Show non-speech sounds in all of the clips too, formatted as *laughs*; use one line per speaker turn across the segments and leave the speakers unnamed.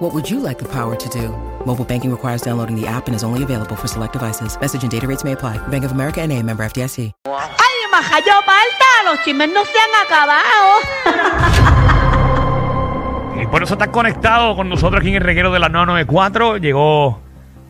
What would you like the power to do? Mobile banking requires downloading the app and is only available for select devices. Message and data rates may apply. Bank of America and a member FDIC.
¡Ay, majayo malta! ¡Los chimes no se han acabado!
Y por eso estás conectado con nosotros aquí en el reguero de la 994. Llegó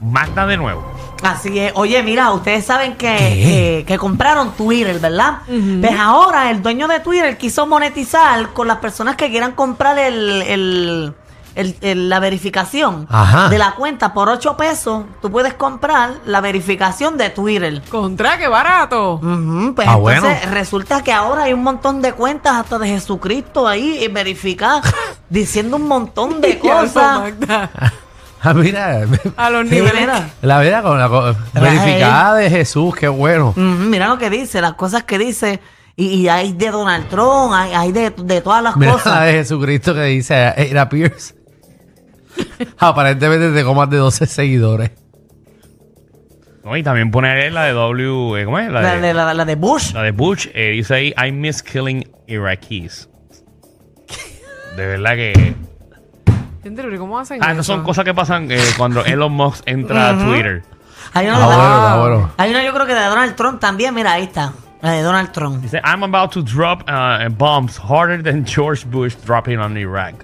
Magda de nuevo.
Así es. Oye, mira, ustedes saben que, eh, que compraron Twitter, ¿verdad? Pues ahora el dueño de Twitter quiso monetizar con las personas que quieran comprar el, el- el- el- la verificación
Ajá.
de la cuenta por 8 pesos. Tú puedes comprar la verificación de Twitter.
Contra, qué barato.
Ujú, pues
Ah,
entonces
bueno.
resulta que ahora hay un montón de cuentas hasta de Jesucristo ahí eh, verificadas
*laughs*
diciendo un
*laughs*
montón de
Ya lo
cosas.
Magda.
Ah, mira. *laughs*
A los
Sí,
niveles.
mira.
La vida con la co- verificada de Jesús, qué bueno.
Ujú, mira lo que dice, las cosas que dice. Y, y hay de Donald Trump, hay, hay de, de todas las
Mira la
cosas.
de Jesucristo que dice, it appears. *laughs* Aparentemente tengo más de 12 seguidores.
¿no? Y también pone la de W. eh, ¿Cómo es? La
La de,
de,
la, la de Bush.
la de Bush. eh, dice ahí: I miss killing Iraqis. De verdad que.
Gente, ¿Cómo hacen
Ah,
eso?
esas son cosas que pasan eh, cuando Elon Musk entra a Twitter.
Hay una,
Ah,
de-
bueno, ah, bueno.
hay una yo creo que de Donald Trump también, mira, ahí está. La de Donald Trump.
Dice: I'm about to drop uh, bombs harder than George Bush dropping on Iraq.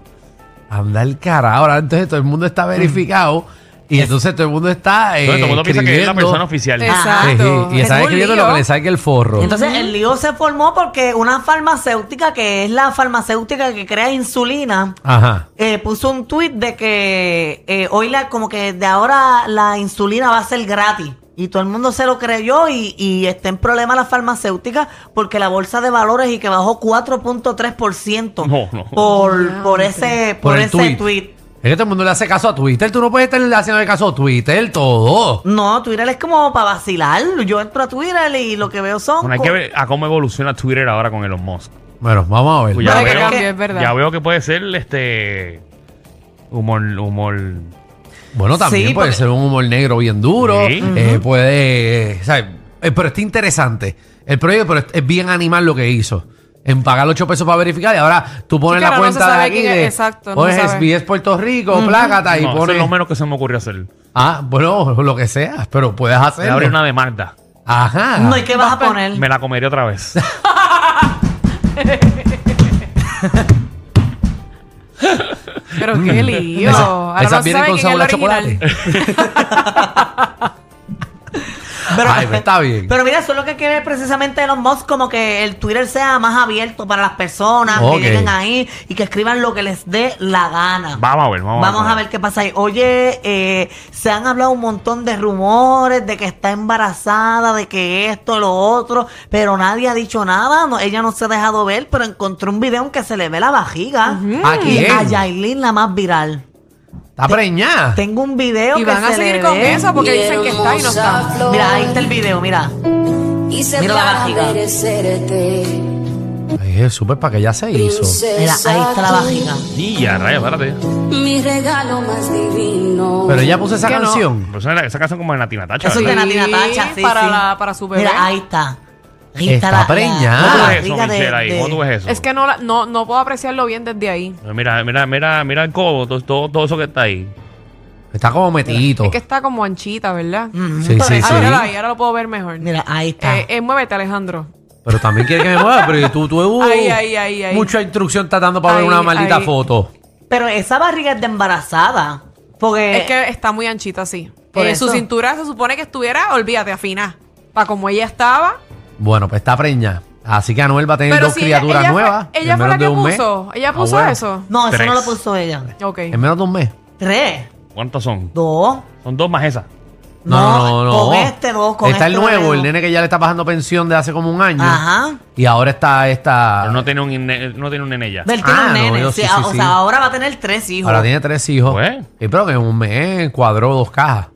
Anda el carajo. Ahora entonces todo el mundo está verificado y entonces todo el mundo está eh,
Entonces, todo el mundo piensa que es la
escribiendo.
persona oficial.
Sí,
Exacto.
sí, y están
Es un
escribiendo lo
lío.
que le salga el forro.
Entonces el lío se formó porque una farmacéutica, que es la farmacéutica que crea insulina,
Ajá.
eh, puso un tuit de que eh, hoy la, como que de ahora la insulina va a ser gratis. Y todo el mundo se lo creyó y, y está en problema la farmacéutica porque la bolsa de valores y que bajó 4.3%
No, no.
por, por ese, por
Por, el
ese
tweet.
tweet.
Es que todo el mundo le hace caso a Twitter. Tú no puedes estar haciendo caso a Twitter todo.
No, Twitter es como para vacilar. Yo entro a Twitter y lo que veo son...
Bueno, hay
co-
que ver a cómo evoluciona Twitter ahora con Elon Musk.
Bueno, vamos a ver.
Pues
Puede que
veo
cambie,
que-
es verdad.
Ya veo que puede ser este humor, humor.
Bueno, también
Sí,
puede
porque-
ser un humor negro bien duro.
Sí.
eh, Puede. eh, ¿sabes? Eh, pero está interesante. El proyecto pero es, es bien animal lo que hizo. En pagar 8 pesos para verificar y ahora tú pones
Sí,
la
claro, no se
cuenta de
sabe
aquí
quién es,
de-
exacto, no
pones
se sabe.
SBS Puerto Rico, plácata y
no, eso
pones.
es lo menos que se me ocurrió hacer.
Ah, bueno, *laughs* lo que sea, pero puedes
Me
hacerlo.
abrí una demanda.
Ajá.
No, ¿y qué vas a poner?
Me la comeré otra vez.
Pero
Mm.
qué lío.
Esa-
Ahora
esas
no se
vienen
sabe
con
quién es
sabor
el
a chocolate.
original.
Pero,
Ay, pero está bien.
Pero mira, eso es lo que quiere precisamente Elon Musk, como que el Twitter sea más abierto para las personas
Ok.
que lleguen ahí y que escriban lo que les dé la gana.
Vamos a ver, vamos,
Vamos a ver qué pasa ahí. Oye, eh, se han hablado un montón de rumores de que está embarazada, de que esto, lo otro, pero nadie ha dicho nada. No, ella no se ha dejado ver, pero encontré un video en que se le ve la vajiga.
¿A
Y
quién?
a Yailin, la más viral.
Está preñada.
Tengo un video
Y
que
van a
se le
seguir con
ve.
eso porque dicen que está y no está.
Mira, ahí está el video, mira. Mira
Mira
la vajiga.
Ay, es súper para que ya se hizo.
Mira, ahí está la vajiga.
Y ya, rayos, espérate.
Mi regalo más divino.
Pero ella puso esa
Que no.
canción.
Pero Pues esa, era- esa canción como de Natina Tacha.
Eso es de
¿verdad?
Sí,
Natina Tacha, sí,
para
sí.
la- para su bebé.
Mira, ahí está. Ahí
Está preñada.
la
¿Cómo tú
Ah,
ves eso,
barriga de-
Michelle, ahí?
de-
¿Cómo tú ves eso? Eh,
Es que no, la- no, no puedo apreciarlo bien desde ahí.
Mira, mira, mira, mira el codo, todo, todo, todo eso que está ahí.
Está como metidito.
Es que está como anchita, ¿verdad?
Oh. Sí, sí,
Ah,
sí.
míralo ahí, ahora lo puedo ver mejor.
Mm. Mira, ahí está.
Eh, eh, muévete, Alejandro.
Pero también quiere que me mueva, pero tú, tú
Ay, ay, ay, ay.
mucha instrucción está dando para ver
Ay,
una maldita
ay.
foto.
Pero esa barriga es de embarazada. Porque.
eh, es que está muy anchita, sí.
Eh, por
Eh, su
eso.
cintura se supone que estuviera, olvídate, afina. Para como ella estaba.
Bueno, pues está preña. Así que Anuel va a tener dos
si ella-
criaturas
ella fue-
nuevas.
Ella
en
fue
menos
la que
de un mes.
puso. Ella
Ah,
puso
bueno.
eso.
no, eso
Tres.
no lo puso ella.
Ok.
En menos de un mes.
Tres,
¿Cuántas son?
dos.
Son dos más esas.
No, no, no. no.
Con este dos, con
Está el
este
nuevo,
bebé,
el
no.
nene que ya le está bajando pensión de hace como un año.
Ajá.
Y ahora está esta.
Pero no tiene un, ine- no tiene un nene ya.
Él tiene
Ah,
un
no,
nene.
yo
sí,
sí,
a-
sí,
o
sí.
sea, ahora va a tener tres hijos.
ahora tiene tres hijos.
Pues.
Y pero que en un mes cuadró dos cajas.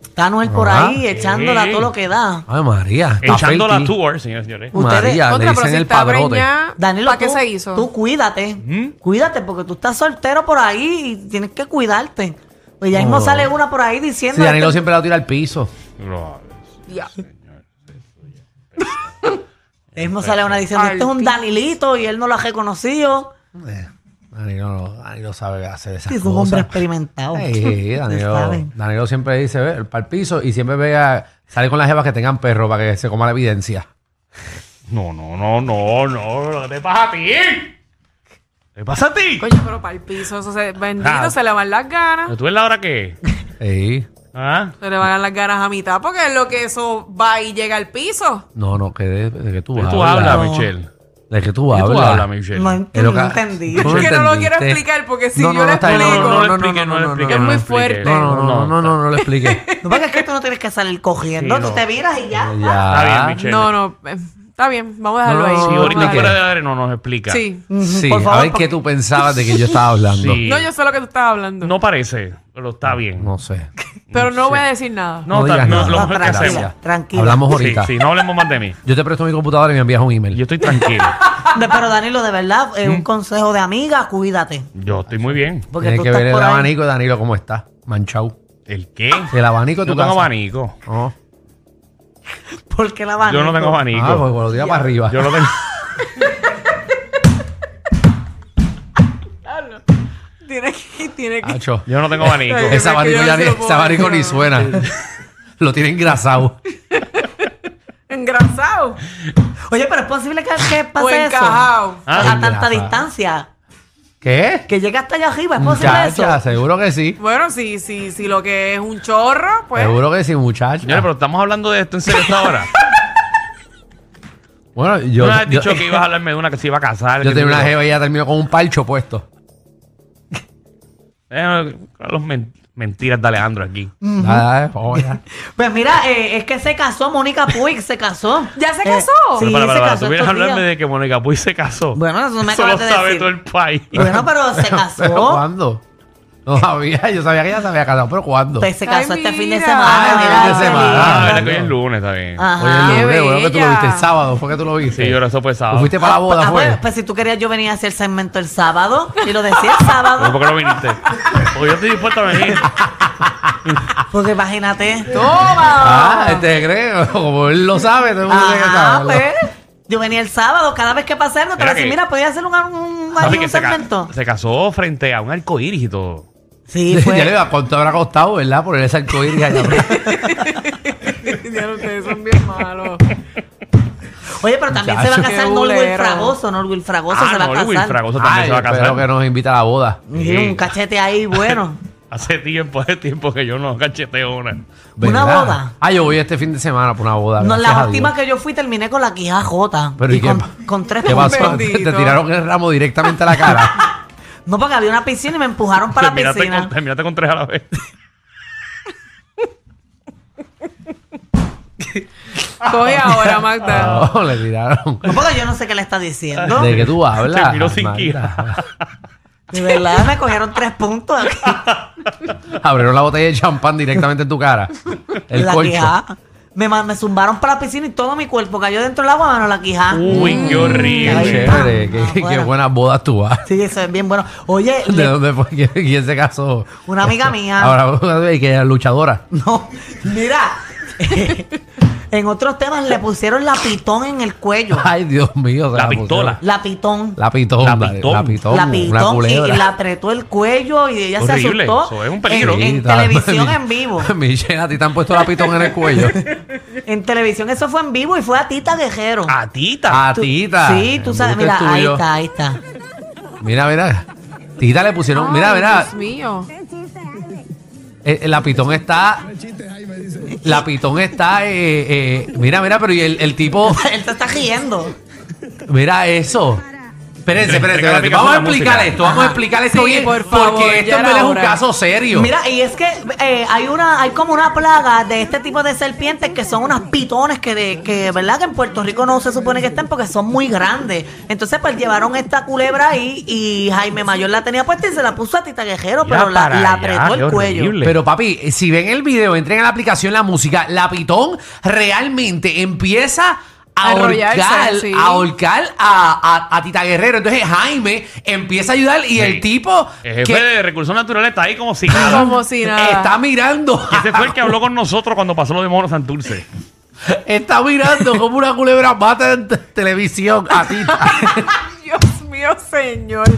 Está Anuel por
Ajá.
ahí echándola
Sí.
todo lo que da.
Ay, María. está
Echando la
fértil.
tour, señores y señores.
María, le
Contra, pero
dicen
si
el
está
padrote.
breña,
Danilo,
¿para qué
tú-
se hizo?
Tú cuídate.
¿Mm?
Cuídate porque tú estás soltero por ahí y tienes que cuidarte. Pues ya mismo
Oh.
sale una por ahí diciendo...
Sí, Danilo siempre la tira al piso.
No,
Ya.
Ya mismo sale una diciendo,
Al
este es un
piso.
Danilito y él no lo ha reconocido.
Eh, Danilo, no- Danilo sabe hacer esas
Sí, es un
cosas.
hombre experimentado. *laughs*
Ey, Danilo,
saben.
Danilo siempre dice, ve, para el piso y siempre ve a, sale con las jevas que tengan perro para que se coma la evidencia.
no, no, no, no, no. ¿Qué te pasa a ti? ¿Qué pasa a ti?
Coño, pero para el piso, eso se, bendito,
Ah.
se le van las ganas.
¿Tú ves la hora que?
Ey,
¿Ah?
Se le van las ganas a mitad porque es lo que eso va y llega al piso.
no, no, que de, de que tú
¿De qué
hablas.
tú hablas,
No.
Michelle? ¿De
De que tú
qué
hablas.
tú hablas, Michelle?
No,
No,
ent- no
que-
entendí.
tú
Es *laughs* que no lo quiero
entendiste.
explicar, porque si
No,
yo
no,
lo
no, está bien,
explico-
no, no, no, no, le
no,
explique, no
no,
le
no,
explique,
no,
es
no le
muy
explique.
fuerte.
No, no, no, no, no, no, no lo explique.
No, porque es que tú no tienes que salir corriendo.
Sí,
tú
no.
te viras y ya.
*laughs*
Ya.
Está bien, Michelle.
No, no, eh, está bien, vamos a dejarlo
No,
ahí.
no,
Si
no,
Vamos a
ahorita
explique.
fuera
dejarlo
de aire no nos explica.
ahí. Sí.
Sí,
Por favor,
a ver qué tú pensabas de que yo estaba hablando.
Sí.
No, yo sé lo que tú estás hablando,
No parece, pero está bien.
No sé.
pero no voy a decir nada. *laughs*
No,
No
está-
digas
no,
nada.
lo
No,
mejor que
tranquila,
hacemos.
tranquila.
Hablamos
Sí,
ahorita.
sí, no hablemos más de mí.
Yo te presto mi computadora y me envías un email.
Yo estoy tranquilo.
De- pero Danilo, de verdad, es un consejo de amiga, cuídate.
Yo estoy muy bien.
Porque
Tienes
tú
que
estás
ver el
por ahí.
abanico de Danilo cómo está. Manchau.
¿El qué?
El abanico de tu
Yo tengo
casa.
abanico.
Oh.
Porque el abanico.
Yo no tengo abanico.
Ah, pues lo tira para arriba.
Yo lo tengo.
Tiene que, tiene que.
Acho.
Yo no tengo
*laughs*
abanico.
Ay,
Ese
verdad que
abanico
yo
ya
no
ni,
se lo puedo
ese abanico
decir,
ni
*laughs*
no.
suena. lo tiene engrasado.
Engrasado.
Oye, pero es posible que, que
O
pase eso.
encajado.
Ah,
a tanta
engrasado.
distancia.
¿Qué?
Que llegue hasta allá arriba, es posible
Muchacha,
eso.
seguro que sí.
Bueno, si, si, si lo que es un chorro, pues.
Seguro que sí, muchacha.
Señores, pero estamos hablando de esto en serio hasta ahora.
bueno,
Yo,
*laughs* yo,
no me has
yo-
dicho que ibas a hablarme de una que se iba a casar.
*laughs* yo
que
tenía
tú-
una jeva y ella terminó con un palcho puesto.
Eh, Los men- mentiras de Alejandro aquí.
Nada, eh, oh, ya.
Pues mira, eh, es que se casó Mónica Puig, se casó.
¿Ya se
Eh,
casó?
sí,
Pero para, para,
se
para,
casó
tú vienes a
estos
hablarme
días.
de que Mónica Puy se casó.
Bueno, eso me
Eso lo
acabas de
sabe
decir.
todo el país.
Bueno, pero se
¿Pero
casó.
*laughs* cuándo? No sabía, yo sabía que ella se había casado, pero ¿cuándo?
Pues se
Ay,
casó este fin de
mira.
semana.
Ay,
mira,
fin de
qué
semana.
Ah,
lindo.
verdad que hoy es lunes, está bien.
Ajá.
Oye,
Qué
el lunes, bueno, que tú lo
bella.
viste el sábado, fue que tú lo viste.
Sí, yo eso fue sábado.
¿Tú fuiste para la boda,
Ah,
fue?
pues, pues si tú querías, yo venía a hacer el segmento el sábado. Y lo decía el sábado.
*laughs*
¿Por qué no viniste? Porque yo estoy dispuesto a
*laughs*
venir.
Porque imagínate.
Ah, este creo, *laughs* como él lo sabe, todo el mundo tiene que
Ah,
saberlo. *laughs*
pues. Yo venía el sábado, cada vez que pasé algo, te
Mira
voy a decir,
que-
mira, podía hacer un, un,
Papi,
un
que se, ca-
*laughs*
segmento.
se casó frente a un arco iris y todo.
Sí,
ya le
fue. Pues,
digo, cuánto habrá costado, ¿verdad? Por ese
*laughs*
arcoíris allá.
*laughs*
Pues,
Ya ustedes son bien malos.
Oye, pero también se va a
Muchacho,
casar
qué
Norwil
bulero.
Fragoso. Norwil Fragoso Pues se va
Ah, no,
a
Luis
casar.
Fragoso también
Ay,
se va a
espero que
casar.
nos invita a la boda.
Mira, Un cachete ahí,
*laughs*
bueno.
Hace tiempo, hace tiempo que yo no cacheteo una.
¿Una
¿Verdad?
boda?
Ah, yo voy este fin de semana por una boda.
No,
gracias
la
a
última
Dios.
que yo fui terminé con la quija jota.
Pero, ¿y
y
qué
con,
pa-
con tres
¿Qué pasó? *laughs* Te,
Bendito.
te tiraron el ramo directamente a
*laughs*
la cara.
No, porque había una piscina y me empujaron para la
Terminaste
piscina.
con, terminaste con tres a la vez.
Coge ahora, Magda.
*laughs* No, le tiraron.
No, porque yo no sé qué le está diciendo.
*laughs* ¿De qué tú hablas?
Te miró sin
Magda?
quija.
De verdad, me cogieron tres puntos aquí.
*laughs* Abrieron la botella de champán directamente en tu cara. El
la
colcho.
quijá. Me, ma- me zumbaron para la piscina y todo mi cuerpo cayó dentro del agua, mano, la quijá.
Uy, qué
Mm. Qué
Ay,
horrible.
chévere.
pam,
Qué, qué
afuera.
buenas bodas tú vas.
Sí, eso es bien bueno. Oye,
*laughs* ¿De
Ah, le-
dónde fue? ¿Quién, quién se casó?
una amiga mía.
Ahora, y que es luchadora.
*laughs*
*laughs*
No, mira. *laughs* en otros temas le pusieron la pitón en el cuello.
Ay, Dios mío. se
La pistola.
La pitón.
*laughs* La pitón.
La
dale,
pitón.
La pitón.
La
Una
pitón y,
culebra.
y la apretó el cuello y ella
Horrible,
se asustó.
eso es un peligro.
En,
Sí,
en
está-
televisión
*laughs*
en vivo.
Michelle, a ti te han puesto la
*laughs*
pitón en el cuello.
En televisión eso fue en vivo y fue a Tita Guerrero.
A Tita.
A
Tú-
Tita.
Sí, tú sabes,
Embuste
mira, ahí
tuyo.
está, ahí está. *laughs*
Mira, mira. Tita le pusieron. Mira,
Ay,
mira.
Dios mío.
eh, La pitón está. La pitón está. eh, eh, mira, mira, pero y el, el tipo.
Él se está riendo.
Mira eso. Espérense, espérense,
Entrega la
espérense.
aplicación
Vamos a
a la
explicar
música.
esto, vamos a explicar esto
Sí,
bien.
por favor,
porque
ya
esto en
era
verdad es un
hora.
caso serio.
Mira, y es que eh, hay una, hay como una plaga de este tipo de serpientes que son unas pitones que, de, que, ¿verdad? Que en Puerto Rico no se supone que estén porque son muy grandes. Entonces, pues llevaron esta culebra ahí y Jaime Mayor la tenía puesta y se la puso a Tita Guerrero,
Ya
pero la,
para
la
allá,
apretó
qué
el cuello.
horrible.
Pero papi, eh, si ven el video, entren a la aplicación la música, la pitón realmente empieza a
A enrollarse,
ahorcar,
sí.
a, ahorcar a, a- a Tita Guerrero. Entonces Jaime empieza a ayudar y el
Sí.
tipo
El jefe
que
de recursos naturales está ahí como si nada.
Como si nada.
está mirando,
*laughs* Ese fue el que habló con nosotros cuando pasó lo de Mono Santurce.
*laughs* está mirando como una culebra mata en te- televisión a Tita. *laughs*
Dios mío, señor.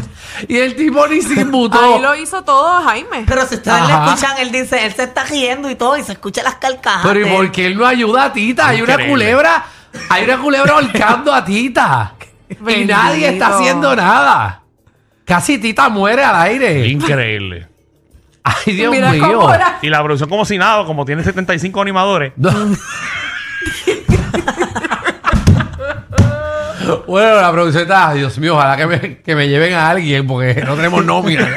y el tipo ni se inmutó.
Ahí lo hizo todo Jaime.
Pero si ustedes le
Ajá.
escuchan, él dice, él se está riendo y todo, y se escucha las
Ah,
carcajadas.
Pero ¿y
de él.
por qué él no ayuda a Tita? Hay una
Increíble.
culebra, hay una culebra ahorcando a
*laughs*
Tita. y
Bendito.
nadie está haciendo nada. Casi Tita muere al aire.
Increíble.
Ay, Dios
Mira
mío.
cómo era.
Y la producción como si nada, como tiene 75 animadores.
No. bueno, la producción está, Dios mío, ojalá que me, que me lleven a alguien porque no
*laughs*
tenemos nómina.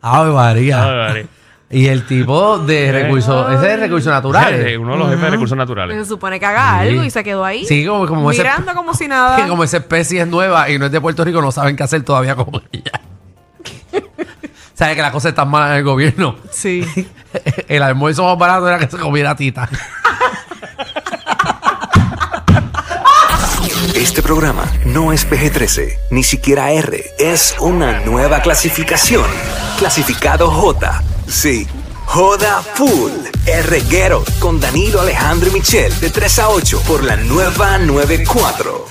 Ay, María.
Ay, vale.
Y el tipo de recursos, ese es de recursos
Ese es
naturales.
Uno de los jefes de recursos
Se
naturales.
supone que haga
Sí.
algo y se quedó ahí.
Sí, como- como ese-
Mirando como
*laughs*
si
Que
nada.
como esa especie es nueva y no es de Puerto Rico, no saben qué hacer todavía con ella. *laughs* Sabe que las cosas están malas en el gobierno. *laughs*
Sí.
El almuerzo más barato era que se comiera tita.
Este programa no es PG-13, ni siquiera R. Es una nueva clasificación. Clasificado J. Sí. Joda Full. R. Guerrero con Danilo Alejandro y Michel de 3 a 8 por la nueva 94.